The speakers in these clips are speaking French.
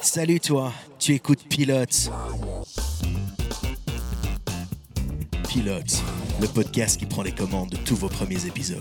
Salut toi, tu écoutes Pilote. Pilote, le podcast qui prend les commandes de tous vos premiers épisodes.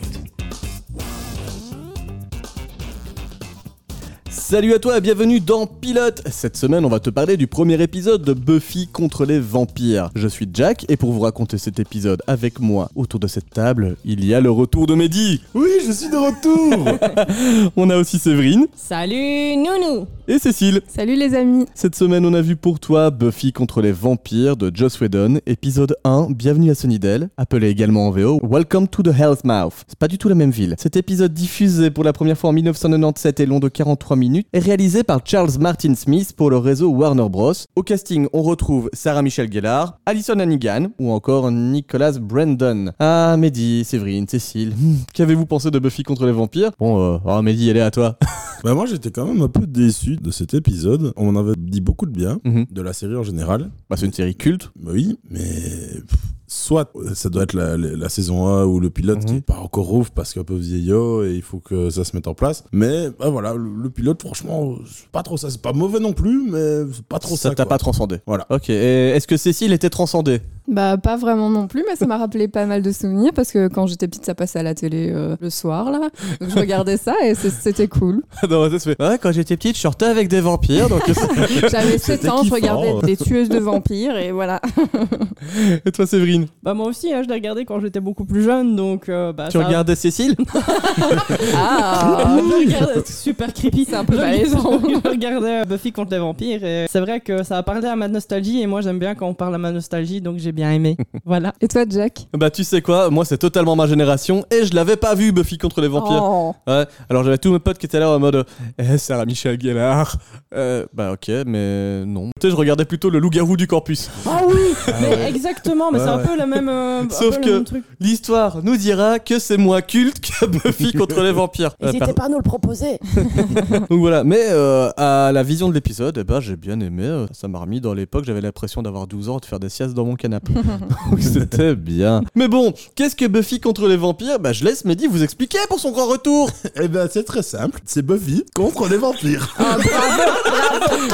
Salut à toi et bienvenue dans Pilote Cette semaine, on va te parler du premier épisode de Buffy contre les vampires. Je suis Jack et pour vous raconter cet épisode avec moi autour de cette table, il y a le retour de Mehdi Oui, je suis de retour On a aussi Séverine Salut Nounou et Cécile Salut les amis Cette semaine, on a vu pour toi Buffy contre les vampires de Joss Whedon, épisode 1, Bienvenue à Sunnydale, appelé également en VO Welcome to the Hell's Mouth. C'est pas du tout la même ville. Cet épisode diffusé pour la première fois en 1997 et long de 43 minutes est réalisé par Charles Martin Smith pour le réseau Warner Bros. Au casting, on retrouve Sarah Michelle Gellar, Alison Hannigan ou encore Nicholas Brandon. Ah, Mehdi, Séverine, Cécile, hmm, qu'avez-vous pensé de Buffy contre les vampires Bon, euh, oh Mehdi, elle est à toi. Bah moi j'étais quand même un peu déçu de cet épisode. On en avait dit beaucoup de bien, Mhm. de la série en général. Bah, c'est une série culte. Bah oui, mais pff, soit euh, ça doit être la, la- la saison 1 ou le pilote Mhm. qui est pas encore ouf parce qu'un peu vieillot et il faut que ça se mette en place. Mais bah voilà, le, le pilote franchement, c'est pas trop ça. C'est pas mauvais non plus, mais c'est pas trop ça ça. t'a quoi. pas transcendé. Voilà. Ok, et est-ce que Cécile était transcendée Bah pas vraiment non plus, mais ça m'a rappelé pas mal de souvenirs parce que quand j'étais petite, ça passait à la télé euh, le soir là. Donc je regardais ça et c'est- c'était cool. Non, ça se fait. Ouais, quand j'étais petite, je sortais avec des vampires, donc J'avais 7 C'était ans, je kiffant. regardais des tueuses de vampires et voilà. Et toi, Séverine Bah moi aussi, hein, je l'ai regardé quand j'étais beaucoup plus jeune, donc euh, bah, Tu ça- regardais Cécile Ah Je regarde- euh, c'est super creepy, C'est un peu Je- malaisant. Je regardais Buffy contre les vampires et c'est vrai que ça a parlé à ma nostalgie et moi j'aime bien quand on parle à ma nostalgie donc j'ai bien aimé. Voilà. Et toi Jack Bah, tu sais quoi Moi, c'est totalement ma génération et je l'avais pas vu, Buffy contre les vampires. Oh. Ouais, alors j'avais tous mes potes qui étaient là en mode Eh, Sarah Michel Gellar Euh, Bah, ok, mais non. Tu sais, je regardais plutôt le loup-garou du campus. Ah oui mais ouais. Exactement, mais Ouais, c'est un ouais. peu la même, euh, un Sauf peu le que- même truc. L'histoire nous dira que c'est moins culte que Buffy contre les vampires. Euh, N'hésitez par- pas à nous le proposer. Donc voilà, mais euh, à la vision de l'épisode, eh ben, j'ai bien aimé. euh, Ça m'a remis dans l'époque, j'avais l'impression d'avoir 12 ans, de faire des siestes dans mon canapé. Donc c'était bien. Mais bon, qu'est-ce que Buffy contre les vampires Bah je laisse Mehdi vous expliquer pour son grand retour. Eh ben c'est très simple, c'est Buffy contre les vampires.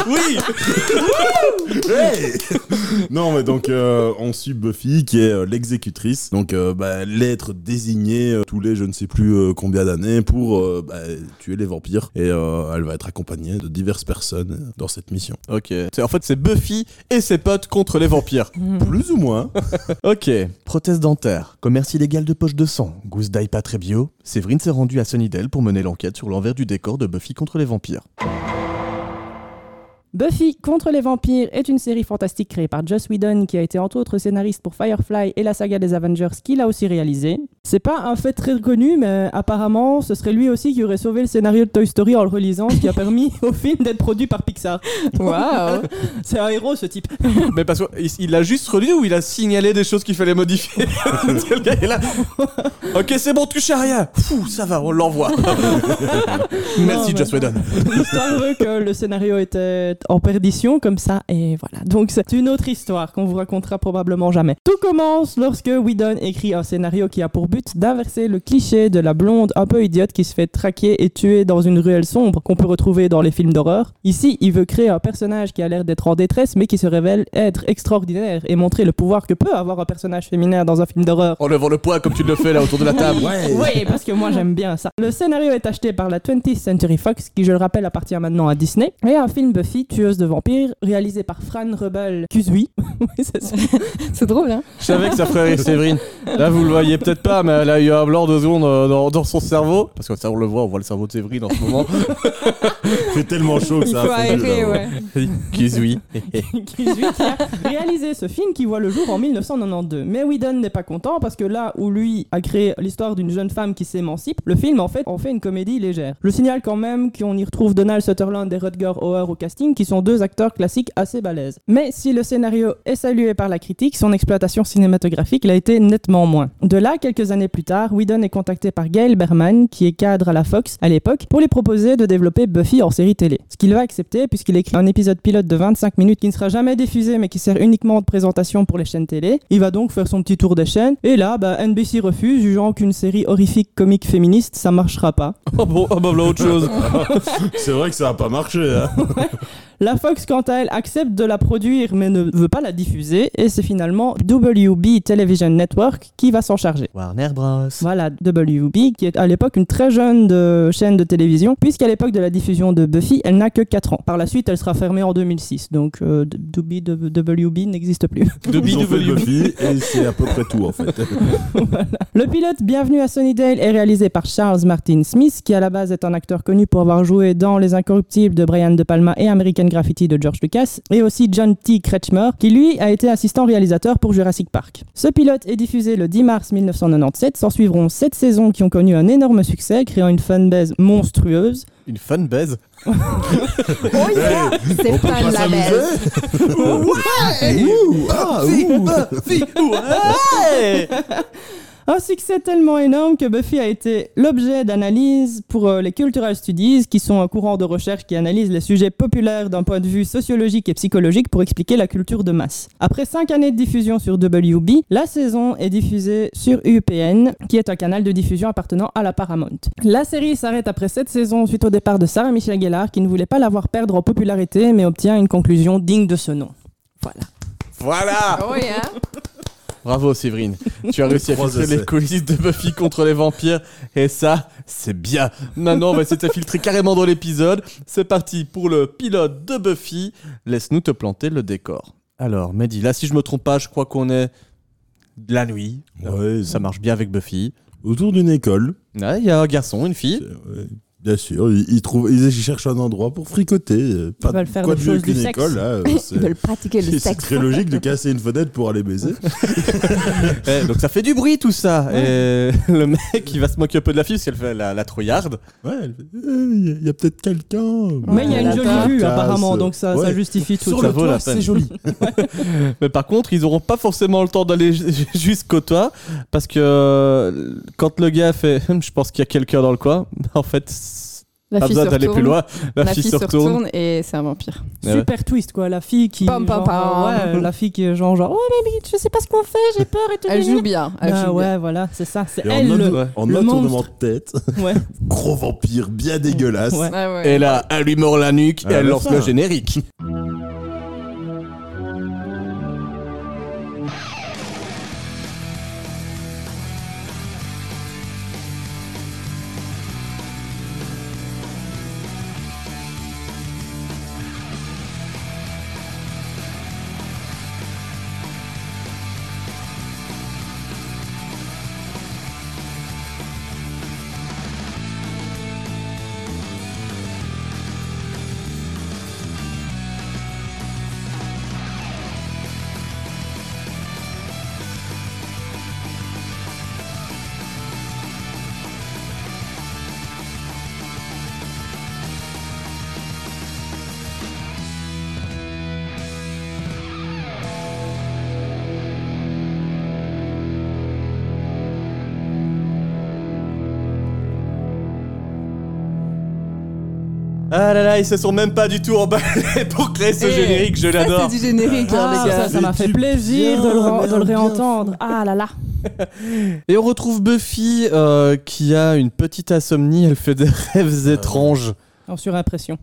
Oui Hey non mais donc euh, on suit Buffy qui est euh, l'exécutrice donc euh, bah, l'être désigné euh, tous les je ne sais plus euh, combien d'années pour euh, bah, tuer les vampires et euh, elle va être accompagnée de diverses personnes euh, dans cette mission Ok, C'est- en fait c'est Buffy et ses potes contre les vampires. plus ou moins Ok, prothèse dentaire, commerce illégal de poche de sang, gousse d'ail pas très bio. Séverine s'est rendue à Sunnydale pour mener l'enquête sur l'envers du décor de Buffy contre les vampires. Buffy contre les vampires est une série fantastique créée par Joss Whedon qui a été entre autres scénariste pour Firefly et la saga des Avengers qu'il a aussi réalisé. C'est pas un fait très reconnu mais apparemment ce serait lui aussi qui aurait sauvé le scénario de Toy Story en le relisant ce qui a permis au film d'être produit par Pixar. Waouh C'est un héros ce type. Mais parce qu'il il a juste relu ou il a signalé des choses qu'il fallait modifier Parce que le gars est là. Ok, c'est bon, touche à rien. Fou, ça va, on l'envoie. Merci, Non, Joss mais- Whedon. L'histoire veut que le scénario était en perdition comme ça et voilà. Donc c'est une autre histoire qu'on vous racontera probablement jamais. Tout commence lorsque Whedon écrit un scénario qui a pour but d'inverser le cliché de la blonde un peu idiote qui se fait traquer et tuer dans une ruelle sombre qu'on peut retrouver dans les films d'horreur. Ici, il veut créer un personnage qui a l'air d'être en détresse mais qui se révèle être extraordinaire et montrer le pouvoir que peut avoir un personnage féminin dans un film d'horreur. En levant le poids comme tu le fais là autour de la table. ouais Oui, parce que moi j'aime bien ça. Le scénario est acheté par la 20th Century Fox, qui je le rappelle appartient maintenant à Disney, et un film Buffy, tueuse de vampires, réalisé par Fran Rebel Cusui. Oui, c'est ça. C'est drôle hein Je savais que ça ferait rire Séverine. Là, vous le voyez peut-être pas, mais elle a eu un blanc de secondes euh, dans, dans son cerveau. Parce que ça, on le voit, on voit le cerveau de Séverine en ce moment. c'est tellement chaud que Il ça faut a fondu, aérer là. ouais. Kizoui. Cusui qui a réalisé ce film qui voit le jour en 1992. Mais Whedon n'est pas content parce que là où lui a créé l'histoire d'une jeune femme qui s'émancipe, le film en fait en fait une comédie légère. Je signale quand même qu'on y retrouve Donald Sutherland et Rutger Hauer au casting qui sont deux acteurs classiques assez balèzes. Mais si le scénario est salué par la critique, son exploitation cinématographique l'a été nettement moins. De là, quelques années plus tard, Whedon est contacté par Gail Berman, qui est cadre à la Fox à l'époque, pour lui proposer de développer Buffy en série télé. Ce qu'il va accepter puisqu'il écrit un épisode pilote de 25 minutes qui ne sera jamais diffusé mais qui sert uniquement de présentation pour les chaînes télé. Il va donc faire son petit tour des chaînes et là, bah, NBC refuse, jugeant qu'une série horrifique comique féministe, ça marchera pas. Oh bon, oh bah voilà autre chose. c'est vrai que ça a pas marché hein. La Fox, quant à elle, accepte de la produire mais ne veut pas la diffuser et c'est finalement WB Television Network qui va s'en charger. Warner Bros. Voilà, WB, qui est à l'époque une très jeune de- chaîne de télévision, puisqu'à l'époque de la diffusion de Buffy, elle n'a que 4 ans. Par la suite, elle sera fermée en 2006, donc euh, WB, WB n'existe plus. Ils ont fait Buffy et c'est à peu près tout en fait. Le pilote Bienvenue à Sunnydale est réalisé par Charles Martin Smith, qui à la base est un acteur connu pour avoir joué dans Les Incorruptibles de Brian De Palma et American Graffiti de George Lucas, et aussi John T. Kretschmer, qui lui a été assistant réalisateur pour Jurassic Park. Ce pilote est diffusé le 10 mars 1997, s'en suivront 7 saisons qui ont connu un énorme succès, créant une fanbase monstrueuse. Une fun baise. Oh yeah C'est pas de la baise. Ouh, ah, ouh. hein. Un succès tellement énorme que Buffy a été l'objet d'analyses pour euh, les Cultural Studies, qui sont un courant de recherche qui analyse les sujets populaires d'un point de vue sociologique et psychologique pour expliquer la culture de masse. Après cinq années de diffusion sur WB, la saison est diffusée sur UPN, qui est un canal de diffusion appartenant à la Paramount. La série s'arrête après cette saison suite au départ de Sarah Michelle Gellar, qui ne voulait pas la voir perdre en popularité, mais obtient une conclusion digne de ce nom. Voilà. Voilà Oh yeah Bravo Séverine, tu as réussi à Trois filtrer essais. les coulisses de Buffy contre les vampires et ça, c'est bien. Maintenant, on va essayer de te filtrer carrément dans l'épisode. C'est parti pour le pilote de Buffy. Laisse-nous te planter le décor. Alors, Mehdi, là, si je me trompe pas, je crois qu'on est de la nuit. Ouais, Ça marche bien avec Buffy. Autour d'une école, Là, Il y a un garçon, une fille. ouais, bien sûr, ils, ils trouvent, ils cherchent un endroit pour fricoter. euh, Pas veulent faire quoi des de mieux choses du qu'une sexe. école. là, euh, Ils c'est- veulent pratiquer le c'est sexe. très logique de casser une fenêtre pour aller baiser. Eh, donc ça fait du bruit tout ça. Et le mec, il va se moquer un peu de la fille parce qu'elle fait la, la trouillarde. Ouais, elle fait, Euh, il y a- il y a, peut-être quelqu'un. Mais il y a Ouais, une la jolie tarte, vue casse. apparemment, donc ça, ça Ouais. justifie tout. Sur ça le vaut toit, la peine. c'est joli. Mais par contre, ils n'auront pas forcément le temps d'aller ju- jusqu'au toit parce que euh, quand le gars fait Hum, je pense qu'il y a quelqu'un dans le coin, en fait, c'est- La pas fille besoin se d'aller plus retourne. loin. La, La fille se retourne. et c'est un vampire. Ouais. Super twist quoi, la fille qui. Pam, genre, pam, pam. euh, ouais, la fille qui est genre, genre, ouais, mais je sais pas ce qu'on fait, j'ai peur et tout. Elle Eh. joue bien. Elle Ah joue bien. ouais, voilà, c'est ça, c'est Et en elle. mode- le- Ouais. En Le un tournement monstre. de tête, Ouais. gros vampire bien dégueulasse. Ouais. Ah Ouais, ouais. Et là, elle lui mord la nuque et Ah, elle bah lance ça. le générique. Ah là là, ils se sont même pas du tout emballés pour créer ce Eh, générique, je Ça, l'adore. c'est du générique, hein, Ah, les gars. ça, ça m'a C'est fait du plaisir bien, de, le, re- mais de le un bien réentendre. Ah là là. Et on retrouve Buffy euh, qui a une petite insomnie, elle fait des rêves étranges. En surimpression.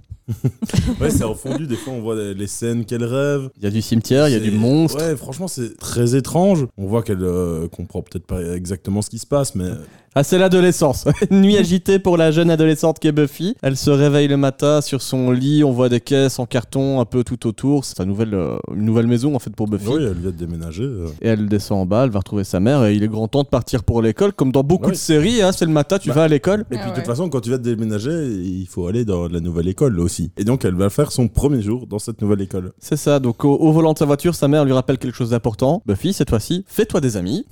Ouais, c'est en fondu. Des fois, on voit les, les scènes qu'elle rêve. Il y a du cimetière, Ah, il y a C'est- du monstre. Ouais, franchement, c'est très étrange. On voit qu'elle euh, comprend peut-être pas exactement ce qui se passe, mais Ah, c'est l'adolescence. Une nuit agitée pour la jeune adolescente qui est Buffy. Elle se réveille le matin sur son lit, on voit des caisses en carton un peu tout autour. C'est un nouvel, euh, une nouvelle maison en fait pour Buffy. oui, elle vient de déménager. euh. Et elle descend en bas, elle va retrouver sa mère et il est grand temps de partir pour l'école. Comme dans beaucoup Ouais. de séries, hein, c'est le matin, tu Bah. vas à l'école. Et Ah puis de ouais. toute façon, quand tu vas te déménager, il faut aller dans la nouvelle école aussi. Et donc, elle va faire son premier jour dans cette nouvelle école. C'est ça, donc au, au volant de sa voiture, sa mère lui rappelle quelque chose d'important. Buffy, cette fois-ci, fais-toi des amis.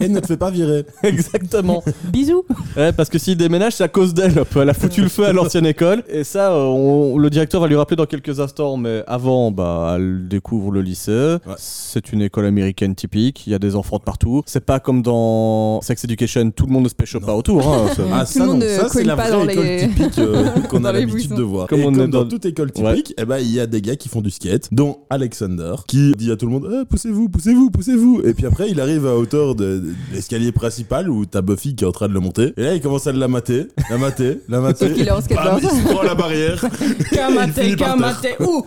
Et ne te fais pas virer. Exactement. Bisous. Ouais, parce que s'il déménage, c'est à cause d'elle. hop. Elle a foutu le feu à l'ancienne école. Et ça, euh, on- le directeur va lui rappeler dans quelques instants. Mais avant, bah, elle découvre le lycée. C'est une école américaine typique. Il y a des enfants de partout. C'est pas comme dans Sex Education, tout le monde ne se pêche pas autour. hein. C'est- Ah, le monde ne ça c'est cogne la pas vraie dans les- école typique euh, qu'on dans a les l'habitude buissons. de voir. Comme Et on comme aime dans- dans toute école typique, eh ben, il y a des gars qui font du skate, dont Alexander, qui dit à tout le monde Eh, poussez-vous, poussez-vous, poussez-vous. Et puis après, il arrive à hauteur de, de l'escalier principal où t'as Buffy qui est en train de le monter. Et là, il commence à la mater, la mater, la mater. Sauf qu'il est en et skateboard. bam, Ah, il se prend à la barrière. Kamate, finit par terre. kamate, ouh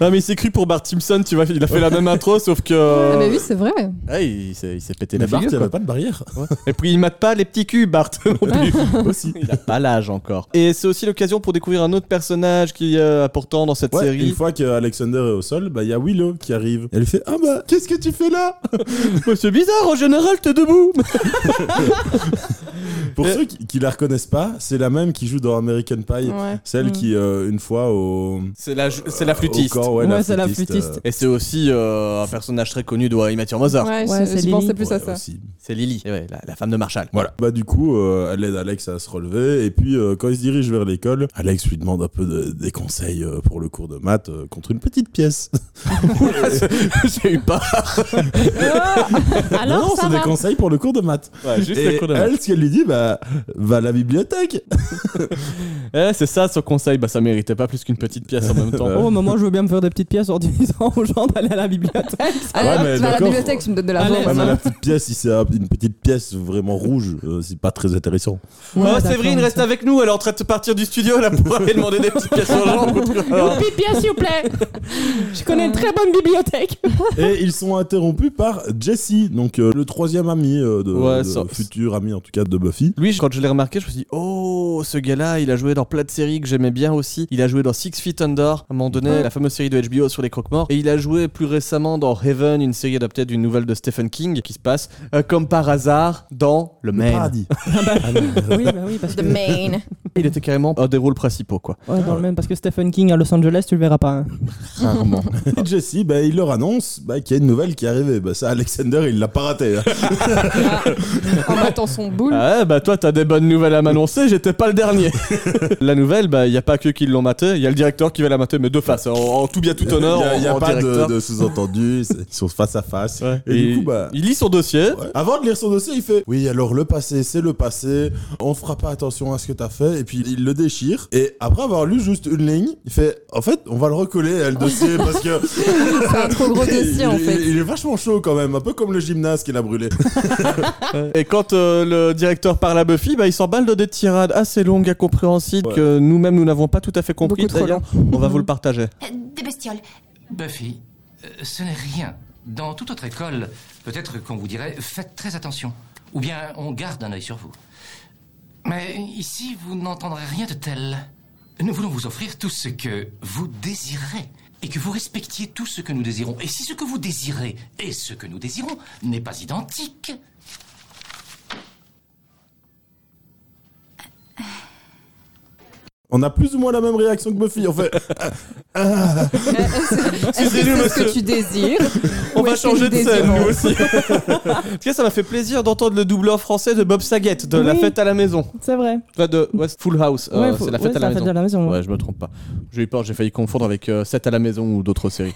Non, mais c'est cru pour Bart Simpson, tu vois. Il a fait la même intro, sauf que. Ah, mais oui, c'est vrai. Ah, il s'est il s'est pété la Mais Bart, il figure. n'y quoi. avait pas de barrière. Et puis il mate pas les petits culs, Bart non plus. Aussi. Il a pas l'âge encore. Et c'est aussi l'occasion pour découvrir un autre personnage qui est important dans cette Ouais, série. une fois que Alexander est au sol, bah il y a Willow qui arrive. Elle fait ah bah qu'est-ce que tu fais là Bah, c'est bizarre, en général, t'es debout. Pour Euh. ceux qui, qui la reconnaissent pas, c'est la même qui joue dans American Pie, Ouais. celle Mm. qui euh, une fois au C'est la, c'est la Euh, au flûtiste. corps, Ouais, c'est la flûtiste. Et c'est aussi euh, un personnage très connu de How I Met Your Mother. Ouais, Ouais, je, c'est je pensais Lily. plus Ouais, à ça. aussi. C'est Lily, et ouais, la, la femme de Marshall. Voilà. Bah du coup, euh, elle aide Alex à se relever et puis euh, quand il se dirige vers l'école, Alex lui demande un peu de- des conseils euh, pour le cours de maths euh, contre une petite pièce. J'ai eu pas. non, non, Alors, ça c'est des va conseils pour le cours de maths. juste et elle, ce qu'elle lui dit, bah va à la bibliothèque. Eh, c'est ça son conseil. Bah, ça méritait pas plus qu'une petite pièce en même Euh. temps. Oh, maman, je veux bien me faire des petites pièces en disant aux gens d'aller à la bibliothèque. Allez, Ouais, hop, mais tu vas à la d'accord. bibliothèque, tu me donnes de l'argent. Allez, Ouais, mais ça. la petite pièce, si c'est un- une petite pièce vraiment rouge, euh, c'est pas très intéressant. oh, Séverine, reste avec nous. Elle est en train de partir du studio là pour aller demander des petites pièces aux gens. Youpi, bien s'il vous plaît Je connais une très bonne bibliothèque Et ils sont interrompus par Jesse, donc euh, le troisième ami euh, de, Ouais, de- ça- futur ami en tout cas de Buffy. Lui, quand je l'ai remarqué, je me suis dit, oh, ce gars-là, il a joué dans plein de séries que j'aimais bien aussi. Il a joué dans Six Feet Under, à un moment donné, la fameuse série de HBO sur les croque-morts. Et il a joué plus récemment dans Heaven, une série adaptée d'une nouvelle de Stephen King qui se passe, euh, comme par hasard, dans le Maine. Paradis. Ah, Ah, Oui, bah oui, parce The main. Il était carrément un des rôles principaux, quoi. Ouais, dans le même, parce que Stephen King à Los Angeles, tu le verras pas. hein. Rarement. Et Jesse, bah, il leur annonce bah, qu'il y a une nouvelle qui est arrivée. Bah, ça, Alexander, il l'a pas raté. hein. En battant son boule. Ah ouais, bah toi, t'as des bonnes nouvelles à m'annoncer, j'étais pas le dernier. la nouvelle, bah, y a pas que qui l'ont maté, il y a le directeur qui va la mater, mais de face, en, en tout bien tout Il y honneur. a, il y a en- en pas de, directeur. de sous-entendu, c'est- ils sont face à face. Ouais. Et, du coup, bah. il lit son dossier. ouais. Avant de lire son dossier, il fait Oui, alors le passé, c'est le passé. On fera pas attention à ce que t'as fait. Et puis il le déchire. Et après avoir lu juste une ligne, il fait En fait, on va le recoller, euh, le dossier, parce que C'est un trop gros dossier, il, en il- fait. il est vachement chaud quand même, un peu comme le gymnase qu'il a brûlé. Et quand euh, le directeur parle à Buffy, bah, il s'emballe de des tirades assez longues, incompréhensibles, Ouais. que nous-mêmes nous n'avons pas tout à fait compris. Beaucoup trop D'ailleurs, on va vous le partager. Des bestioles. Buffy, euh, ce n'est rien. Dans toute autre école, peut-être qu'on vous dirait faites très attention, ou bien on garde un œil sur vous. Mais ici, vous n'entendrez rien de tel. Nous voulons vous offrir tout ce que vous désirez, et que vous respectiez tout ce que nous désirons. Et si ce que vous désirez et ce que nous désirons n'est pas identique, On a plus ou moins la même réaction que Buffy. En fait, Est-ce que Excusez-nous, c'est ce que tu désires On Ou va est-ce que changer nous de scène, désirons nous aussi. en tout cas, ça m'a fait plaisir d'entendre le doubleur français de Bob Saget, de La Oui. fête à la maison. C'est vrai. Enfin, de ouais, c'est Full House, euh, Ouais, Oh, faut- c'est La fête ouais, à la c'est maison. de la maison. Ouais, je me trompe pas. J'ai eu peur, j'ai failli confondre avec 7 à la maison ou d'autres séries.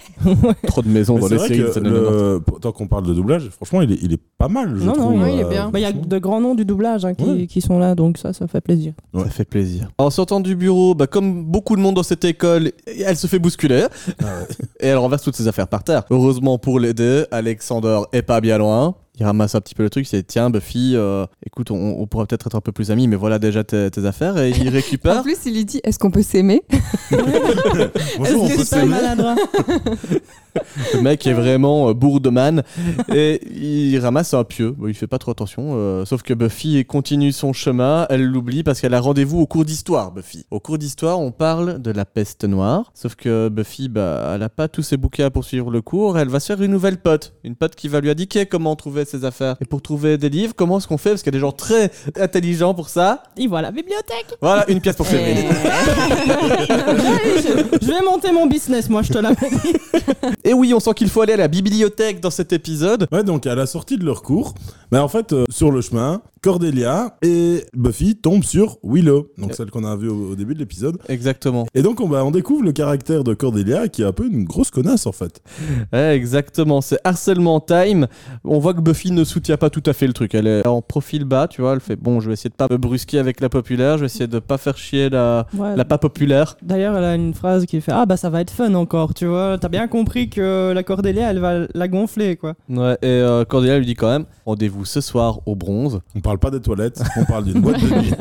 Trop de maisons Mais dans c'est les vrai séries. des que années le... tant qu'on parle de doublage, franchement, il est, il est pas mal. Non, Je non, trouve, oui, il est euh, bien. Bah, Il y a de grands noms du doublage hein, qui, Ouais. qui sont là, donc ça, ça fait plaisir. 90. Ça fait plaisir. En sortant du bureau, bah, comme beaucoup de monde dans cette école, elle se fait bousculer. et elle renverse toutes ses affaires par terre. Heureusement pour les deux, Alexander est pas bien loin. Il ramasse un petit peu le truc, c'est tiens Buffy, euh, écoute, on, on pourra peut-être être un peu plus amis, mais voilà déjà tes, tes affaires. Et il En récupère. plus, il lui dit est-ce qu'on peut s'aimer Bonjour, Est-ce on que peut c'est Pas s'aimer maladroit. Le mec est vraiment euh, bourdeman et il ramasse un pieu. Bon, il fait pas trop attention. euh, sauf que Buffy continue son chemin. Elle l'oublie parce qu'elle a rendez-vous au cours d'histoire, Buffy. Au cours d'histoire, on parle de la peste noire. Sauf que Buffy, bah, elle a pas tous ses bouquins pour suivre le cours. Elle va se faire une nouvelle pote. Une pote qui va lui indiquer comment trouver ses affaires. Et pour trouver des livres, comment est-ce qu'on fait Parce qu'il y a des gens très intelligents pour ça. Il voit la bibliothèque. Voilà, une pièce pour Séverine. Ah, Je vais monter mon business, moi, je te l'avais dit. Et oui, on sent qu'il faut aller à la bibliothèque dans cet épisode. Ouais, donc à la sortie de leur cours, bah en fait, euh, sur le chemin, Cordelia et Buffy tombent sur Willow, donc celle qu'on a vue au, au début de l'épisode. Exactement. Et donc on, bah, on découvre le caractère de Cordelia qui est un peu une grosse connasse en fait. Ouais, Eh, exactement, c'est harcèlement time. On voit que Buffy ne soutient pas tout à fait le truc. Elle est en profil bas, tu vois. Elle fait bon, je vais essayer de pas me brusquer avec la populaire, je vais essayer de pas faire chier la, Ouais. la pas populaire. D'ailleurs, elle a une phrase qui fait Ah, bah ça va être fun encore, tu vois. T'as bien compris que la Cordélia, elle va la gonfler, quoi. Ouais, et euh, Cordelia lui dit quand même rendez-vous ce soir au bronze. On parle pas des toilettes, on parle d'une boîte de nuit.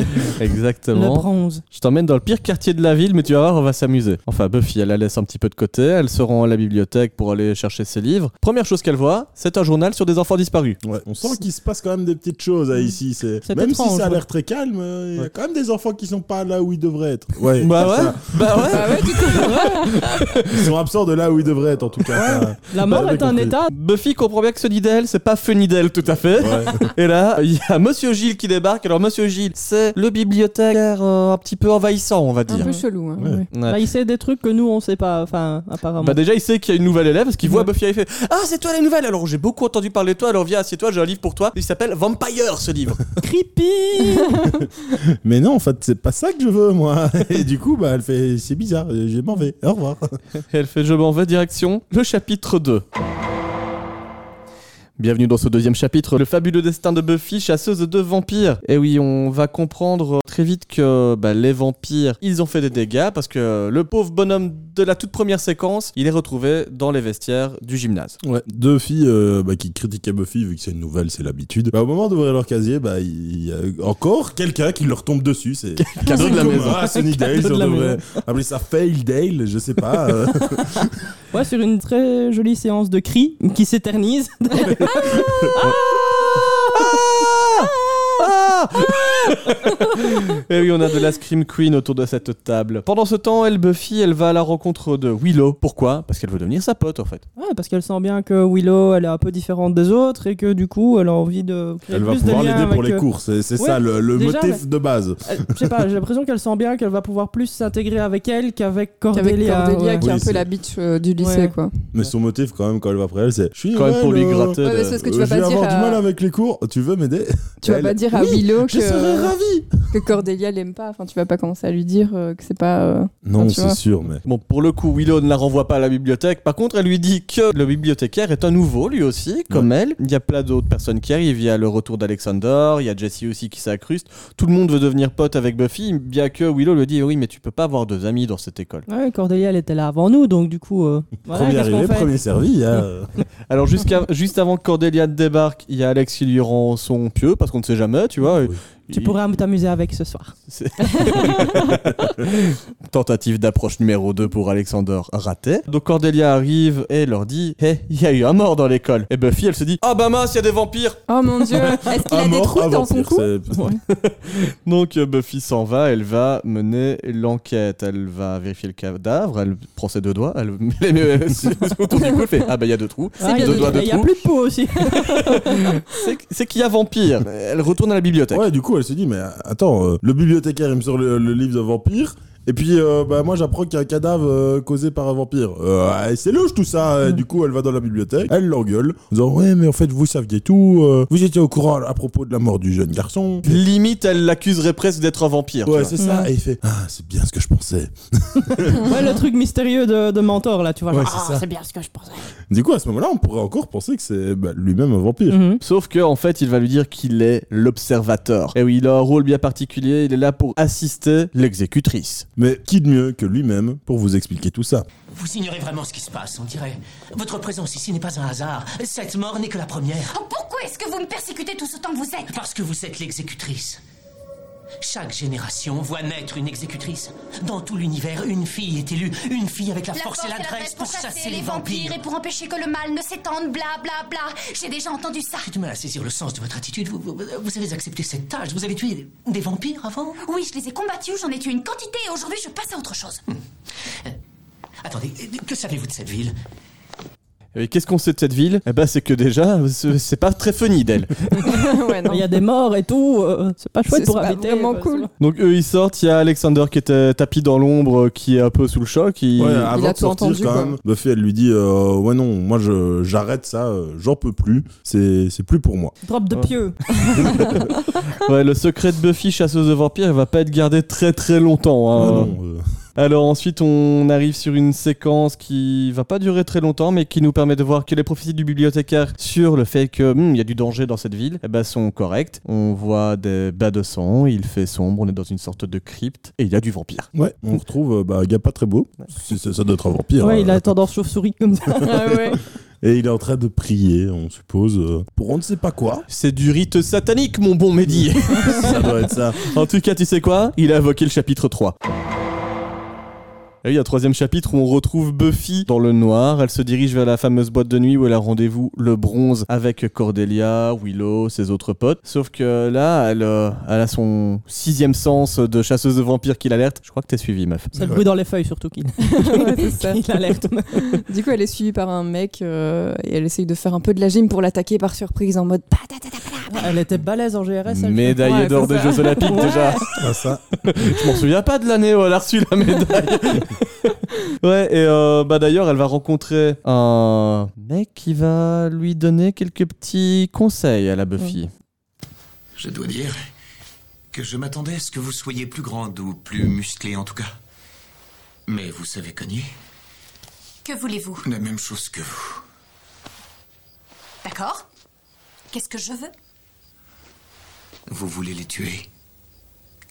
Le Exactement. bronze. Je t'emmène dans le pire quartier de la ville, mais tu vas voir, on va s'amuser. Enfin, Buffy, elle la laisse un petit peu de côté, elle se rend à la bibliothèque pour aller chercher ses livres. Première chose qu'elle voit, c'est un journal sur des enfants disparus. Ouais, on sent qu'il se passe quand même des petites choses hein, ici. C'est... C'est Même si étrange, ça a ouais. l'air très calme, euh, il y a Ouais. quand même des enfants qui sont pas là où ils devraient être. Ouais, Bah ouais, ça. bah ouais. Ils sont absents de là où ils devraient être en tout cas. ça. La Bah, mort j'ai est un compris. état. Ah, Buffy comprend bien que ce Nidel, c'est pas Funidel tout à fait. Ouais. Et là, il y a Monsieur Gilles qui débarque. Alors Monsieur Gilles, c'est le bibliothécaire euh, un petit peu envahissant, on va Un dire. peu chelou. Hein, Ouais. ouais. Ouais. Bah, il sait des trucs que nous, on sait pas, enfin, apparemment. Bah déjà il sait qu'il y a une nouvelle élève parce Mm-hmm. qu'il voit Ouais. Buffy et il fait Ah c'est toi la nouvelle alors j'ai beaucoup entendu parler de toi alors viens assieds-toi j'ai un livre pour toi il s'appelle Vampire ce livre creepy Mais non, en fait, c'est pas ça que je veux moi. Et du coup, bah, elle fait c'est bizarre, euh, je m'en vais, au revoir. Et elle fait Je m'en vais direction le chapitre 2. Bienvenue dans ce deuxième chapitre, le fabuleux destin de Buffy, chasseuse de vampires. Et oui, on va comprendre euh, très vite que bah, les vampires, ils ont fait des dégâts parce que le pauvre bonhomme de la toute première séquence, il est retrouvé dans les vestiaires du gymnase. Ouais, deux filles euh, bah, qui critiquaient Buffy, vu que c'est une nouvelle, c'est l'habitude. Bah, au moment d'ouvrir leur casier, bah, il y a encore quelqu'un qui leur tombe dessus. C'est Cadeau de la Comme, maison. Ah, Sunny Dale, Cadeau de on la devrait appeler ça Fail Dale, je sais pas. euh. Ouais, sur une très jolie séance de cris qui s'éternise. Ah Et oui, on a de la Scream Queen autour de cette table. Pendant ce temps, elle, Buffy, elle va à la rencontre de Willow. Pourquoi Parce qu'elle veut devenir sa pote en fait. Ouais, parce qu'elle sent bien que Willow, elle est un peu différente des autres et que du coup, elle a envie de. créer Elle va plus de pouvoir liens l'aider pour avec, les euh, cours, c'est c'est ouais, ça le, le déjà, motif de base. elle- Euh, Je sais pas, j'ai l'impression qu'elle sent bien qu'elle va pouvoir plus s'intégrer avec elle qu'avec Cordélia. Avec Cordelia ouais. qui est un Oui, c'est- peu la bitch euh, du lycée, Ouais. quoi. Mais son motif, quand même, quand elle va après elle, c'est Je suis Quand même pour Noël, lui euh, gratter. Ouais, de- mais c'est ce que tu euh, vas je vais pas dire. Bah, avoir du mal à- avec les cours, tu veux m'aider Tu vas Elle- pas dire à Oui, Willow Je serais que, ravi que Cordelia l'aime pas. Enfin, tu vas pas commencer à lui dire euh, que c'est pas. euh, Non, tu c'est vois. sûr, mais. Bon, pour le coup, Willow ne la renvoie pas à la bibliothèque. Par contre, elle lui dit que le bibliothécaire est un nouveau, lui aussi, comme elle. Il y a plein d'autres personnes qui arrivent. Il y a le retour d'Alexander, il y a Jessie aussi qui s'incruste. Tout le monde veut devenir pote avec Buffy, bien que Willow lui dit Oui, mais tu peux pas avoir deux amis dans cette école. Ouais, Cordelia, elle était là avant nous, donc du coup. euh, voilà, premier qu'est-ce qu'on arrivé, fait premier servi. hein. Alors, jusqu'à- juste avant que Cordelia débarque, il y a Alex qui lui rend son pieu, parce qu'on ne sait jamais, tu vois. Oui. Tu Il- pourras t'amuser avec ce soir. C'est- Tentative d'approche numéro 2 pour Alexander ratée. Donc Cordelia arrive et leur dit Hé, il y a eu un mort dans l'école. Et Buffy, elle se dit Ah bah mince, il y a des vampires Oh mon dieu, est-ce qu'il Un a des mort, trous un dans son vampire, cou c'est- Donc euh, Buffy s'en va, elle va mener l'enquête. Elle va vérifier le cadavre, elle prend ses deux doigts, elle les met sur- autour du cou, elle fait Ah bah il y a deux trous. Ah, bien il y a- de doigts de Il y a trou. plus de peau aussi. C'est- C'est qu'il y a vampire. Elle retourne à la bibliothèque. Ouais, du coup, elle se dit, mais attends, euh, le bibliothécaire, il me sort le, le livre de vampire. Et puis, euh, bah, moi, j'apprends qu'il y a un cadavre euh, causé par un vampire. Euh, c'est louche tout ça. Et Du coup, elle va dans la bibliothèque, elle l'engueule, en disant, ouais, mais en fait, vous saviez tout. euh, vous étiez au courant à propos de la mort du jeune garçon. Limite, elle l'accuserait presque d'être un vampire. tu Ouais, vois. c'est ça. Ouais. Et il fait, ah, c'est bien ce que je pensais. Ouais, le truc mystérieux de, de Mentor, là, tu vois. Ouais, genre, c'est Ah, ça. c'est bien ce que je pensais. Du coup, à ce moment-là, on pourrait encore penser que c'est bah, lui-même un vampire. Mm-hmm. Mhm. Sauf que en fait, il va lui dire qu'il est l'observateur. Et oui, il a un rôle bien particulier. Il est là pour assister l'exécutrice. Mais qui de mieux que lui-même pour vous expliquer tout ça Vous ignorez vraiment ce qui se passe, on dirait. Votre présence ici n'est pas un hasard. Cette mort n'est que la première. Oh, Pourquoi est-ce que vous me persécutez tout ce temps que vous êtes Parce que vous êtes l'exécutrice. Chaque génération voit naître une exécutrice. Dans tout l'univers, une fille est élue, une fille avec la, force et la graisse graisse pour chasser les vampires. et pour empêcher que le mal ne s'étende, bla bla bla. J'ai déjà entendu ça. J'ai du mal à saisir le sens de votre attitude. Vous, vous, vous avez accepté cette tâche. Vous avez tué des vampires avant Oui, je les ai combattus, j'en ai tué une quantité et aujourd'hui Hmm. je passe à autre chose. Attendez, que savez-vous de cette ville Et Et qu'est-ce qu'on sait de cette ville Eh ben, c'est que déjà, c'est c'est pas très funny d'elle. ouais, non. Il y a des morts et tout. euh, c'est pas chouette C'est pour pas habiter. vraiment euh, cool. sur- Donc eux ils sortent, il y a Alexander qui était tapis dans l'ombre, euh, qui est un peu sous le choc. il- Ouais, avant a de tout sortir, entendu, quand quoi. même, Buffy, elle lui dit euh, Ouais, non, moi, je- j'arrête ça, euh, j'en peux plus, c'est c'est plus pour moi. Drop de Ouais. pieux. Ouais, le secret de Buffy, chasseuse de vampires, il va pas être gardé très très longtemps. hein. Ah non, euh, Alors ensuite on arrive sur une séquence qui va pas durer très longtemps, mais qui nous permet de voir que les prophéties du bibliothécaire sur le fait que hmm, il y a du danger dans cette ville, eh ben, sont correctes. On voit des bas de sang, il fait sombre, on est dans une sorte de crypte, et il y a du vampire. ouais, on retrouve euh, bah, un gars pas très beau, C'est- c'est- ça doit être un vampire. Ouais, il euh, a tendance chauve-souris comme ça. Ah ouais. Et il est en train de prier, on suppose, euh, pour on ne sait pas quoi. C'est du rite satanique mon bon Mehdi ça doit être ça. En tout cas, tu sais quoi Il a invoqué le chapitre 3. Et oui, il y a un troisième chapitre où on retrouve Buffy dans le noir. Elle se dirige vers la fameuse boîte de nuit où elle a rendez-vous le bronze avec Cordelia, Willow, ses autres potes. Sauf que là, elle, euh, elle a son sixième sens de chasseuse de vampires qui l'alerte. Je crois que t'es suivi, meuf. C'est le bruit dans les feuilles surtout qui Ouais, c'est ça. qui l'alerte. Du coup, elle est suivie par un mec euh, et elle essaye de faire un peu de la gym pour l'attaquer par surprise en mode. Elle était balèze en GRS. elle. Médaillée Ouais, d'or c'est des ça. Jeux Olympiques déjà. Ah, ça. Je m'en souviens pas de l'année où elle a reçu la médaille. ouais, et euh, bah d'ailleurs, elle va rencontrer un mec qui va lui donner quelques petits conseils à la Buffy. Je dois dire que je m'attendais à ce que vous soyez plus grande ou plus musclée en tout cas. Mais vous savez cogner Que voulez-vous la même chose que vous. D'accord Qu'est-ce que je veux Vous voulez les tuer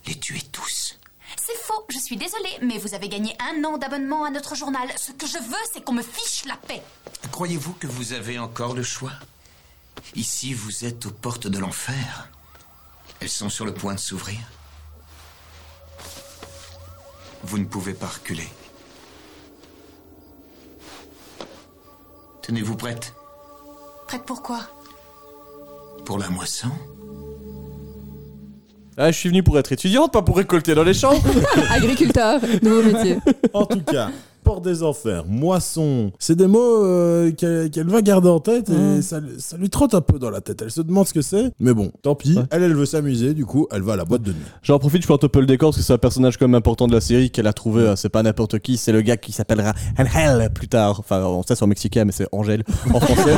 Les tuer tous. C'est faux, je suis désolée, mais vous avez gagné un an d'abonnement à notre journal. Ce que je veux, c'est qu'on me fiche la paix. Croyez-vous que vous avez encore le choix Ici, vous êtes aux portes de l'enfer. Elles sont sur le point de s'ouvrir. Vous ne pouvez pas reculer. Tenez-vous prête Prête pour quoi pour la moisson Ah, je suis venu pour être étudiante, pas pour récolter dans les champs. Agriculteur, nouveau métier. En tout cas, porte des enfers, moisson, c'est des mots euh, qu'elle qu'elle va garder en tête et ça, ça lui trotte un peu dans la tête. Elle se demande ce que c'est, mais bon, tant pis. Ouais. Elle, elle veut s'amuser, du coup, elle va à la boîte de nuit. J'en profite, je plante un peu le décor parce que c'est un personnage quand même important de la série qu'elle a trouvé. hein. C'est pas n'importe qui, c'est le gars qui s'appellera Angel plus tard. Enfin, on sait c'est en mexicain, mais c'est Angèle en français.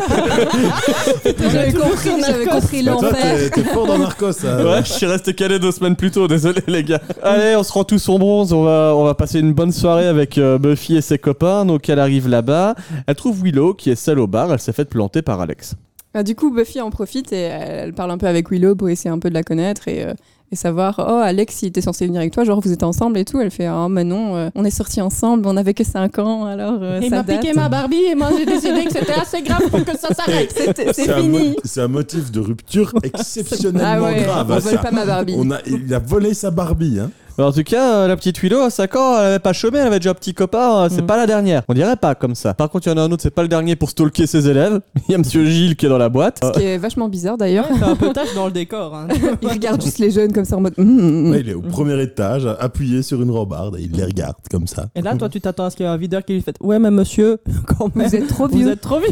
J'avais toujours compris, sur j'avais Narcos. compris Bah, toi, l'enfer. t'es t'es fort dans Narcos, ça. Ouais, je suis resté calé deux semaines plus tôt, désolé les gars. Allez, on se rend tous en bronze, on va, on va passer une bonne soirée avec euh, Buffy et ses copains. Donc elle arrive là-bas, elle trouve Willow qui est seule au bar, elle s'est faite planter par Alex. Bah, du coup, Buffy en profite et elle elle parle un peu avec Willow pour essayer un peu de la connaître et, euh, et savoir Oh, Alex, il était censé venir avec toi, genre vous étiez ensemble et tout. Elle fait Ah, mais non, euh, on est sortis ensemble, on avait que 5 ans, alors euh, Il ça m'a date. piqué ma Barbie et moi j'ai décidé que c'était assez grave pour que ça s'arrête. C'était- C'est C'est un, fini. mo- c'est un motif de rupture Ah exceptionnellement ouais, grave. on hein, vole ça. pas ma Barbie. On a, il a volé sa Barbie. Hein. Alors, en tout cas, euh, la petite Willow, à 5 ans, elle avait pas chômé, elle avait déjà un petit copain, euh, c'est Mm. pas la dernière. On dirait pas comme ça. Par contre, il y en a un autre, c'est pas le dernier pour stalker ses élèves. Il y a monsieur Gilles qui est dans la boîte. Ce qui est vachement bizarre d'ailleurs. C'est un peu tâche dans le décor. hein. Il regarde juste les jeunes comme ça en mode. Hum, hum, hum. Ouais, il est au premier étage, appuyé sur une rambarde, et il les regarde comme ça. Et là, toi, tu t'attends à ce qu'il y ait un videur qui lui fait Ouais, mais monsieur, quand même. Vous êtes trop Vous vieux. êtes trop vieux.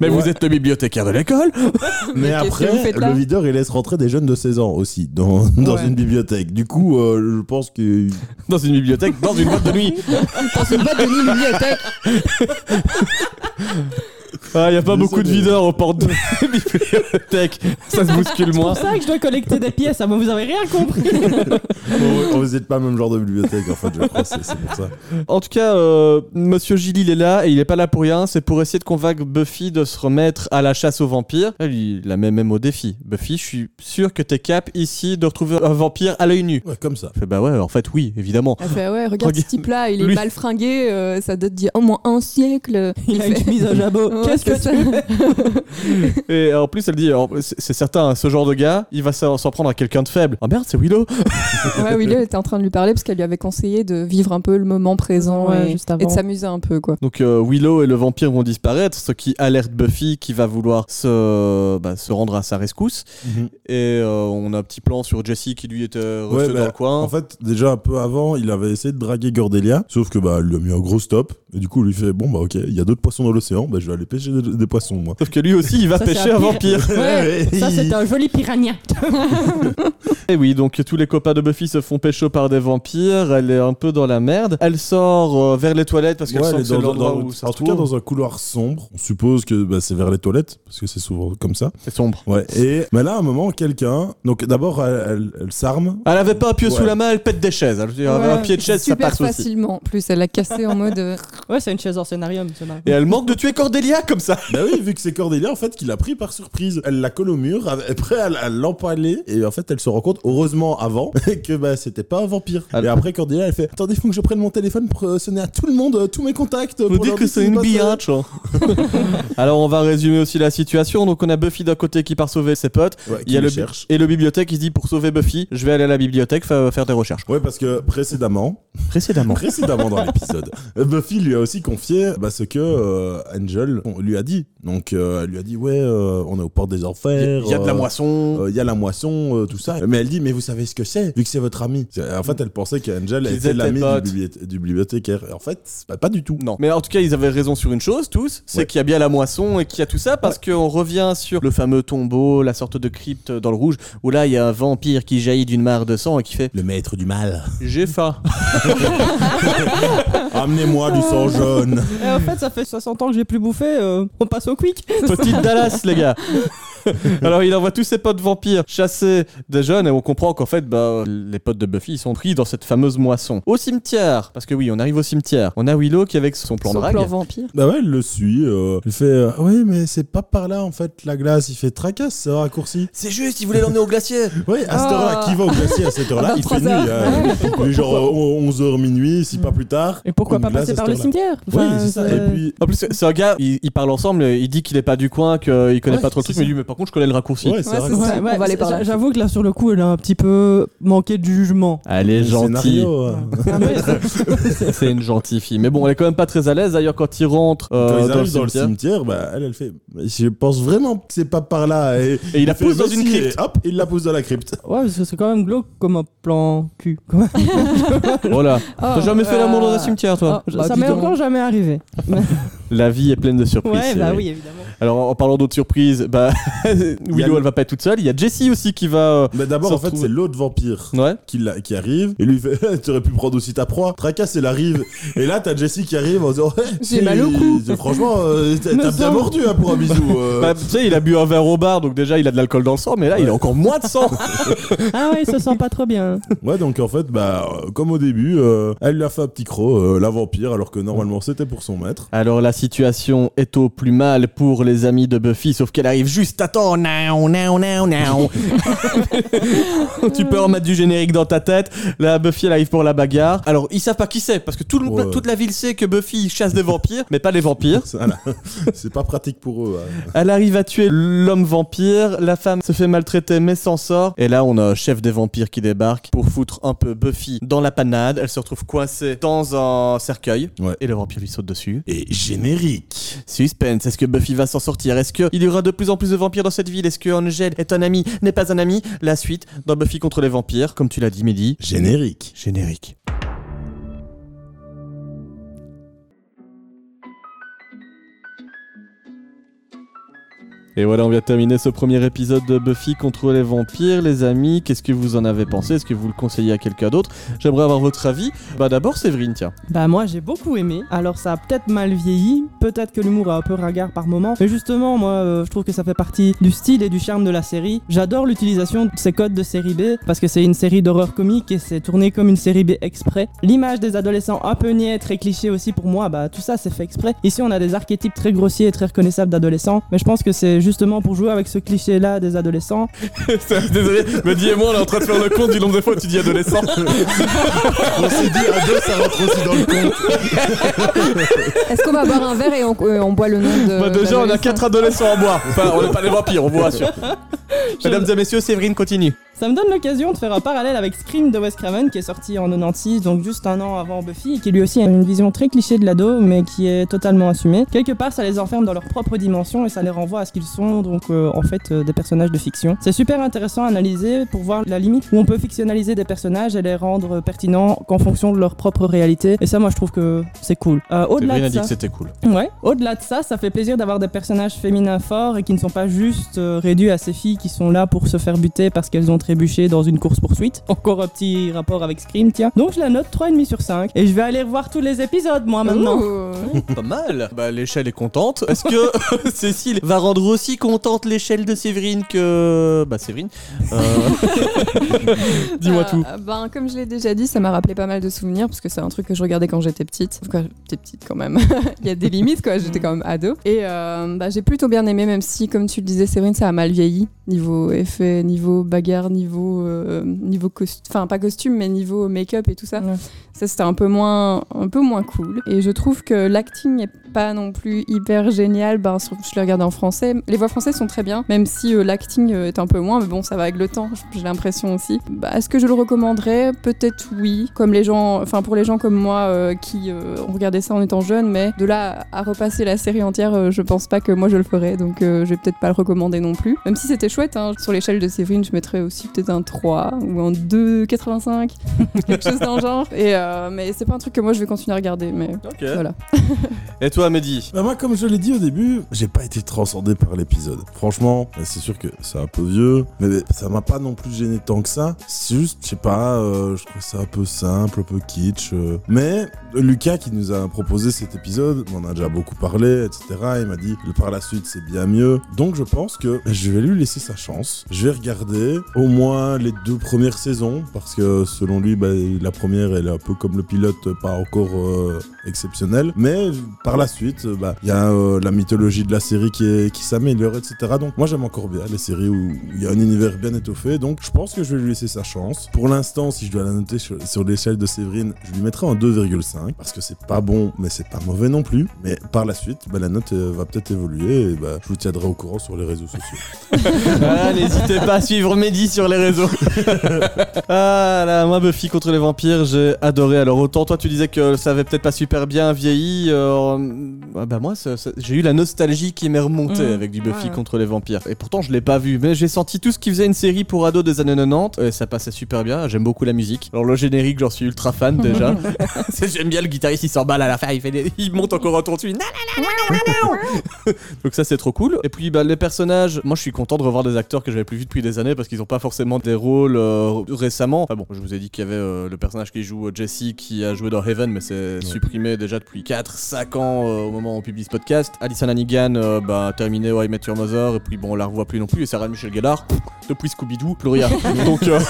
Mais vous Ouais. êtes le bibliothécaire de l'école Mais qu'est-ce après, que vous faites là le videur, il laisse rentrer des jeunes de 16 ans aussi dans, dans Ouais. une bibliothèque. Du coup, euh, je pense que. Dans une bibliothèque, dans une boîte de nuit. Dans une boîte de nuit, une bibliothèque. Ah, y a pas Désolé. beaucoup de videurs aux portes de bibliothèque. Ça se bouscule moins. C'est pour ça que je dois collecter des pièces. Ah, bon, vous avez rien compris. Bon, vous n'êtes pas le même genre de bibliothèque, en fait, je crois, c'est c'est pour ça. En tout cas, euh, Monsieur Gilly, il est là et il est pas là pour rien. C'est pour essayer de convaincre Buffy de se remettre à la chasse aux vampires. Elle, il la met même au défi. Buffy, je suis sûr que t'es cap ici de retrouver un vampire à l'œil nu. Ouais, comme ça. Je fais bah ouais, en fait, oui, évidemment. Elle fait, ouais, regarde ce Regarde, type-là, il est lui. mal fringué, euh, ça date d'il y a au moins un siècle. Il a fait- une mise à jabot. Ouais, Qu'est-ce que tu c'est ça. Et en plus, elle dit, alors, c'est c'est certain, hein, ce genre de gars, il va s'en s'en prendre à quelqu'un de faible. Ah merde, c'est Willow. Ouais, Willow était en train de lui parler parce qu'elle lui avait conseillé de vivre un peu le moment présent Ouais, et, juste avant. et de s'amuser un peu, quoi. Donc euh, Willow et le vampire vont disparaître, ce qui alerte Buffy qui va vouloir se, bah, se rendre à sa rescousse. Mhm. Mm-hmm. Et euh, on a un petit plan sur Jesse qui lui était resté Ouais, bah, dans le coin. En fait, déjà un peu avant, il avait essayé de draguer Cordelia, sauf que bah, elle lui a mis un gros stop. Et du coup, lui fait Bon, bah ok, il y a d'autres poissons dans l'océan, bah je vais aller pêcher des, des poissons, moi. Sauf que lui aussi, il va Ça, c'est pêcher un un pire. vampire. Ouais, Ouais. ça c'est un joli piranha. Et Eh oui, donc tous les copains de Buffy se font pécho par des vampires. Elle est un peu dans la merde. Elle sort euh, vers les toilettes parce qu'elle Ouais, sent elle que est c'est dans- l'endroit dans- où ça en se tout cas, trouve. dans un couloir sombre. On suppose que bah, c'est vers les toilettes, parce que c'est souvent comme ça. C'est sombre. Ouais. Et mais là, à un moment, quelqu'un. Donc d'abord, elle, elle- elle s'arme. Elle avait pas un pieu sous Ouais. la main, elle pète des chaises. Elle- Ouais, un pied de chaise, ça super passe aussi. facilement. En plus, elle l'a cassé en mode. euh, Ouais, c'est une chaise hors scénarium, c'est marrant. Et elle manque de tuer Cordelia comme ça. bah oui, vu que c'est Cordelia, en fait, qui l'a pris par surprise. Elle la colle au mur. Après, elle elle l'empalait. Et en fait, elle se rend compte, heureusement avant, que bah, c'était pas un vampire. Ah. Et après, Cordelia, elle fait Attendez, faut que je prenne mon téléphone pour euh, sonner à tout le monde, euh, tous mes contacts. Faut dire que c'est une biatch. hein. Alors on va résumer aussi la situation. Donc on a Buffy d'un côté qui part sauver ses potes. euh, Il y a le cherche. et le bibliothèque qui se dit pour sauver Buffy, je vais aller à la bibliothèque fa- faire des recherches. Ouais, parce que précédemment, Précédemment. précédemment dans l'épisode, Buffy lui a aussi confié bah, ce que euh, Angel on lui a dit. Donc, euh, elle lui a dit Ouais, euh, on est aux portes des enfers. Il y a de la euh, moisson. Euh, Il y a la moisson, euh, tout ça. Mais elle dit, mais vous savez ce que c'est, vu que c'est votre ami. C'est- En fait, elle pensait qu'Angel Qu'ils était étaient l'ami du, potes. bibliothé- du bibliothécaire. Et en fait, bah, pas du tout. Non. Mais en tout cas, ils avaient raison sur une chose, tous, c'est Ouais. qu'il y a bien la moisson et qu'il y a tout ça, parce qu'on revient sur le fameux tombeau, la sorte de crypte dans le rouge, où là, il y a un vampire qui jaillit d'une mare de sang et qui fait Le maître du mal. J'ai faim. Amenez-moi du sang jaune. Et en Eh, fait, ça fait 60 ans que j'ai plus bouffé, euh, on passe au quick. Petite Dallas, les gars. Alors, il envoie tous ses potes vampires chasser des jeunes et on comprend qu'en fait, bah, les potes de Buffy, ils sont pris dans cette fameuse moisson. Au cimetière, parce que oui, on arrive au cimetière. On a Willow qui, avec son plan son drague, plan vampire. Bah ouais, elle le suit. euh, elle fait, euh, oui, mais c'est pas par là, en fait, la glace. Il fait tracasse, c'est raccourci. c'est juste, il voulait l'emmener au glacier. Oui, à cette Ah. Oh. heure-là, qui va au glacier à cette heure-là À Il fait nuit. 23 euh, il est genre 11h minuit, si pas plus tard. Et pourquoi Une pas glace passer à par cette le heure-là. cimetière oui, c'est ça. Et puis, En plus, c'est c'est un gars, il, il parle ensemble, il dit qu'il est pas du coin, qu'il connaît Ouais, pas trop le truc, c'est mais ça. lui, mais par contre, je connais le raccourci. ouais, c'est Ouais, raccourci. c'est ça. On va aller par là. j'a- J'avoue que là, sur le coup, elle a un petit peu manqué de jugement. Allez, Le gentil. scénario, euh, Ah, mais ça- C'est une gentille fille. Mais bon, elle est quand même pas très à l'aise. D'ailleurs, quand il rentre euh, Quand ils dans, le arrivent dans le cimetière, cimetière, bah, elle, elle fait Je pense vraiment que c'est pas par là. Et, et il la fait, pousse dans Vas-y, une crypte. et hop, il la pousse dans la crypte. Ouais, parce que c'est quand même glauque comme un plan cul. quand même. euh, Voilà. Oh, T'as jamais fait euh, l'amour dans un cimetière, toi oh, bah, ça dis m'est donc. encore jamais arrivé. La vie est pleine de surprises. oh. Ouais, bah chérie. oui, évidemment. Alors en parlant d'autres surprises, bah, Willow le- elle va pas être toute seule. Il y a Jessie aussi qui va. euh, Mais Bah, d'abord, Ça en fait, retrouve- c'est l'autre vampire Ouais. qui, l'a- qui arrive et lui fait Tu aurais pu prendre aussi ta proie. Tracasse, elle arrive. et là, t'as Jessie qui arrive en disant Ouais, J'ai si, mal au cou. c'est- Franchement, euh, t'as Me t'as bien semble. mordu hein, pour un bisou. euh. Bah, tu sais, il a bu un verre au bar, donc déjà il a de l'alcool dans le sang, mais là il a encore moins de sang. Ah ouais, il se sent pas trop bien. ouais, donc en fait, bah, euh, comme au début, euh, elle lui a fait un petit croc, euh, la vampire, alors que normalement c'était pour son maître. Alors la situation est au plus mal pour les amis de Buffy, sauf qu'elle arrive juste à temps. Non, non, non, non. tu peux remettre du générique dans ta tête. Là Buffy elle arrive pour la bagarre. Alors ils savent pas qui c'est, parce que tout le- Ouais. toute la ville sait que Buffy chasse des vampires, mais pas les vampires. Voilà. c'est pas pratique pour eux. hein. Elle arrive à tuer l'homme vampire, la femme se fait maltraiter mais s'en sort. Et là, on a un chef des vampires qui débarque pour foutre un peu Buffy dans la panade. Elle se retrouve coincée dans un cercueil. Ouais. Et le vampire lui saute dessus. Et générique. Suspense, est-ce que Buffy va s'en sortir Est-ce qu'il y aura de plus en plus de vampires dans cette ville Est-ce que Angel est un ami, n'est pas un ami La suite dans Buffy contre les vampires, comme tu l'as dit Mehdi. Générique. Générique. Et voilà, on vient de terminer ce premier épisode de Buffy contre les vampires, les amis. Qu'est-ce que vous en avez pensé Est-ce que vous le conseillez à quelqu'un d'autre J'aimerais avoir votre avis. Bah d'abord, Séverine, tiens. Bah moi j'ai beaucoup aimé. Alors ça a peut-être mal vieilli, peut-être que l'humour a un peu ringard par moment, mais justement moi euh, je trouve que ça fait partie du style et du charme de la série. J'adore l'utilisation de ces codes de série B parce que c'est une série d'horreur comique et c'est tourné comme une série B exprès. L'image des adolescents un peu niais, et cliché aussi pour moi, bah tout ça c'est fait exprès. Ici on a des archétypes très grossiers et très reconnaissables d'adolescents, mais je pense que c'est justement pour jouer avec ce cliché là des adolescents. Désolé, mais dis et moi, on est en train de faire le compte du nombre de fois où tu dis adolescent. On s'est dit à deux, ça rentre aussi dans le compte. Est-ce qu'on va boire un verre et on, euh, on boit le nom de. Bah déjà, on a d'adolescent quatre adolescents à boire. Enfin, on n'est pas les vampires, on vous rassure. Mesdames et messieurs, Séverine continue. Ça me donne l'occasion de faire un parallèle avec Scream de Wes Craven qui est sorti en 96, donc juste un an avant Buffy, et qui lui aussi a une vision très cliché de l'ado, mais qui est totalement assumée. Quelque part, ça les enferme dans leur propre dimension et ça les renvoie à ce qu'ils sont donc euh, en fait euh, des personnages de fiction. C'est super intéressant à analyser pour voir la limite où on peut fictionnaliser des personnages et les rendre euh, pertinents qu'en fonction de leur propre réalité. Et ça, moi, je trouve que c'est cool. Euh, Au-delà Séverine de a dit ça, que c'était cool. Ouais. Au-delà de ça, ça fait plaisir d'avoir des personnages féminins forts et qui ne sont pas juste euh, réduits à ces filles qui sont là pour se faire buter parce qu'elles ont trébuché dans une course-poursuite. Encore un petit rapport avec Scream, tiens. Donc je la note 3,5 sur 5. Et je vais aller revoir tous les épisodes, moi, maintenant. Ouh. Pas mal. Bah, l'échelle est contente. Est-ce que Cécile va rendre aussi contente l'échelle de Séverine que. Bah, Séverine Euh, Dis-moi Euh, tout. Ben, comme je l'ai déjà dit, ça m'a rappelé pas mal de souvenirs parce que c'est un truc que je regardais quand j'étais petite. Quand j'étais petite quand même. Il y a des limites quoi, Mm. j'étais quand même ado. Et euh, bah, j'ai plutôt bien aimé, même si, comme tu le disais, Séverine, ça a mal vieilli. Niveau effet, niveau bagarre, niveau. euh, niveau costume. Enfin, pas costume, mais niveau make-up et tout ça. Ouais. Ça, c'était un peu, moins, un peu moins cool. Et je trouve que l'acting n'est pas non plus hyper génial. Ben, surtout que je le regardais en français. Les voix françaises sont très bien, même si euh, l'acting euh, est un peu moins. Mais bon, ça va avec le temps, j- j'ai l'impression aussi. Bah, Est-ce que je le recommanderais Peut-être oui. Comme les gens, enfin pour les gens comme moi euh, qui euh, ont regardé ça en étant jeune, mais de là à repasser la série entière, euh, je pense pas que moi je le ferais. Donc euh, je vais peut-être pas le recommander non plus. Même si c'était chouette, hein, sur l'échelle de Séverine, je mettrais aussi peut-être un 3 ou un 2,85 quelque chose dans le genre. Et, euh, mais c'est pas un truc que moi je vais continuer à regarder. Mais Ok. voilà. Et toi, Mehdi Bah moi, comme je l'ai dit au début, j'ai pas été transcendé par l'épisode. Franchement, c'est sûr que c'est un peu vieux, mais ça m'a pas non plus gêné tant que ça. C'est juste, je sais pas, euh, je trouve ça un peu simple, un peu kitsch. euh. Mais Lucas qui nous a proposé cet épisode, on en a déjà beaucoup parlé, etc. Il m'a dit par la suite c'est bien mieux. Donc je pense que je vais lui laisser sa chance. Je vais regarder au moins les deux premières saisons parce que selon lui, bah, la première elle est un peu comme le pilote, pas encore euh, exceptionnelle. Mais par la suite, euh, bah, il y a euh, la mythologie de la série qui, est- qui s'améliore, etc. Donc moi j'aime encore bien les séries où il y a un univers bien étoffé. Donc je pense que je vais lui laisser sa chance. Pour l'instant, si je dois la noter sur, sur l'échelle de Séverine, je lui mettrai un 2,5 parce que c'est pas bon, mais c'est pas mauvais non plus. Mais par la suite, bah, la note euh, va peut-être évoluer et bah, je vous tiendrai au courant sur les réseaux sociaux. Voilà, Ah, n'hésitez pas à suivre Mehdi sur les réseaux. ah là, moi, Buffy contre les vampires, j'ai adoré. Alors, autant toi, tu disais que ça avait peut-être pas super bien vieilli. euh, ah bah, moi, ça- ça- j'ai eu la nostalgie qui m'est remontée Mhm. avec du Buffy Ouais. contre les vampires. Et pourtant, je l'ai pas vu, mais j'ai senti tout ce qui faisait une série pour ados des années 90. Et ça passait super bien. J'aime beaucoup la musique. Alors, le générique, j'en suis ultra fan déjà. C'est- J'aime bien le guitariste, il s'emballe à la fin, il, fait des- il monte encore en tour dessus. Donc ça c'est trop cool. Et puis bah, les personnages, moi je suis content de revoir des acteurs que j'avais plus vu depuis des années parce qu'ils ont pas forcément des rôles euh, récemment. Enfin bon, je vous ai dit qu'il y avait euh, le personnage qui joue euh, Jesse qui a joué dans Heaven mais c'est supprimé déjà depuis 4-5 ans euh, au moment où on publie ce podcast. Alison Hannigan, euh, bah terminé How I Met Your Mother et puis bon on la revoit plus non plus et Sarah Michel Gellar pff, depuis Scooby-Doo, Gloria. Donc euh,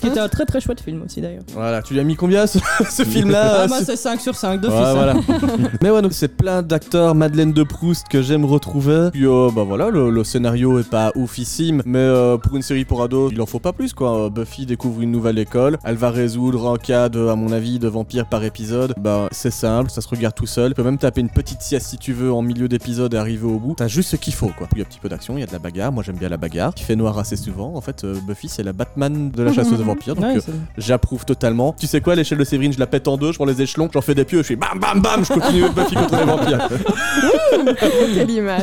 Qui était un très très chouette film aussi d'ailleurs. voilà, tu lui as mis combien ce, ce film-là Ah, euh, moi, ce- c'est 5 sur 5 d'office. Ouais, hein. voilà. Mais ouais, donc c'est plein d'acteurs, Madeleine de Proust que j'aime retrouver. Puis euh, bah voilà, le, le scénario est pas oufissime, mais euh, pour une série pour ados, il en faut pas plus quoi. Euh, Buffy découvre une nouvelle école, elle va résoudre un cas de, à mon avis, de vampire par épisode. Bah c'est simple, ça se regarde tout seul. Tu peux même taper une petite sieste si tu veux en milieu d'épisode et arriver au bout. T'as juste ce qu'il faut quoi. Il y a un petit peu d'action, il y a de la bagarre. Moi j'aime bien la bagarre. Qui fait noir assez souvent. En fait, euh, Buffy c'est la Batman de la chasseuse de vampires. Donc, Ouais, euh, c'est- J'approuve totalement. Tu sais quoi, l'échelle de Séverine, je la pète en deux, je prends les échelons, j'en fais des pieux, je fais bam bam bam, je continue Buffy contre les vampires. Quelle image.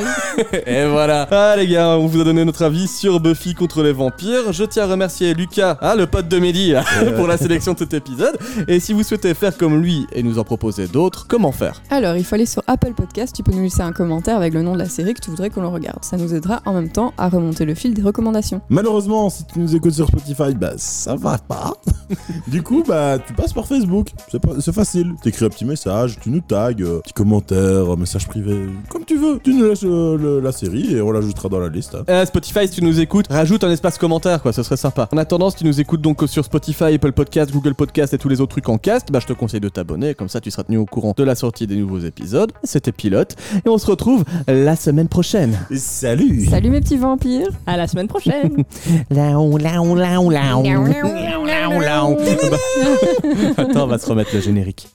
Et voilà. Ah les gars, on vous a donné notre avis sur Buffy contre les vampires. Je tiens à remercier Lucas, hein, le pote de Mehdi, hein, pour la sélection de cet épisode. Et si vous souhaitez faire comme lui et nous en proposer d'autres, comment faire Alors, il faut aller sur Apple Podcast, tu peux nous laisser un commentaire avec le nom de la série que tu voudrais qu'on le regarde. Ça nous aidera en même temps à remonter le fil des recommandations. Malheureusement, si tu nous écoutes sur Spotify, bah ça va pas. du coup, bah tu passes par Facebook. C'est pas- c'est facile. T'écris un petit message, tu nous tags, euh, petit commentaire, un message privé, comme tu veux. Tu nous laisses euh, le- la série et on l'ajoutera dans la liste. hein. Euh, Spotify, si tu nous écoutes, rajoute un espace commentaire, quoi, ce serait sympa. En attendant, si tu nous écoutes donc sur Spotify, Apple Podcast, Google Podcast et tous les autres trucs en cast, bah je te conseille de t'abonner, comme ça tu seras tenu au courant de la sortie des nouveaux épisodes. C'était Pilote, et on se retrouve la semaine prochaine. Salut. Salut mes petits vampires À la semaine prochaine. Laon, laon, laon, laon. Laon, laon, laon. Attends, on Bah, va se remettre le générique.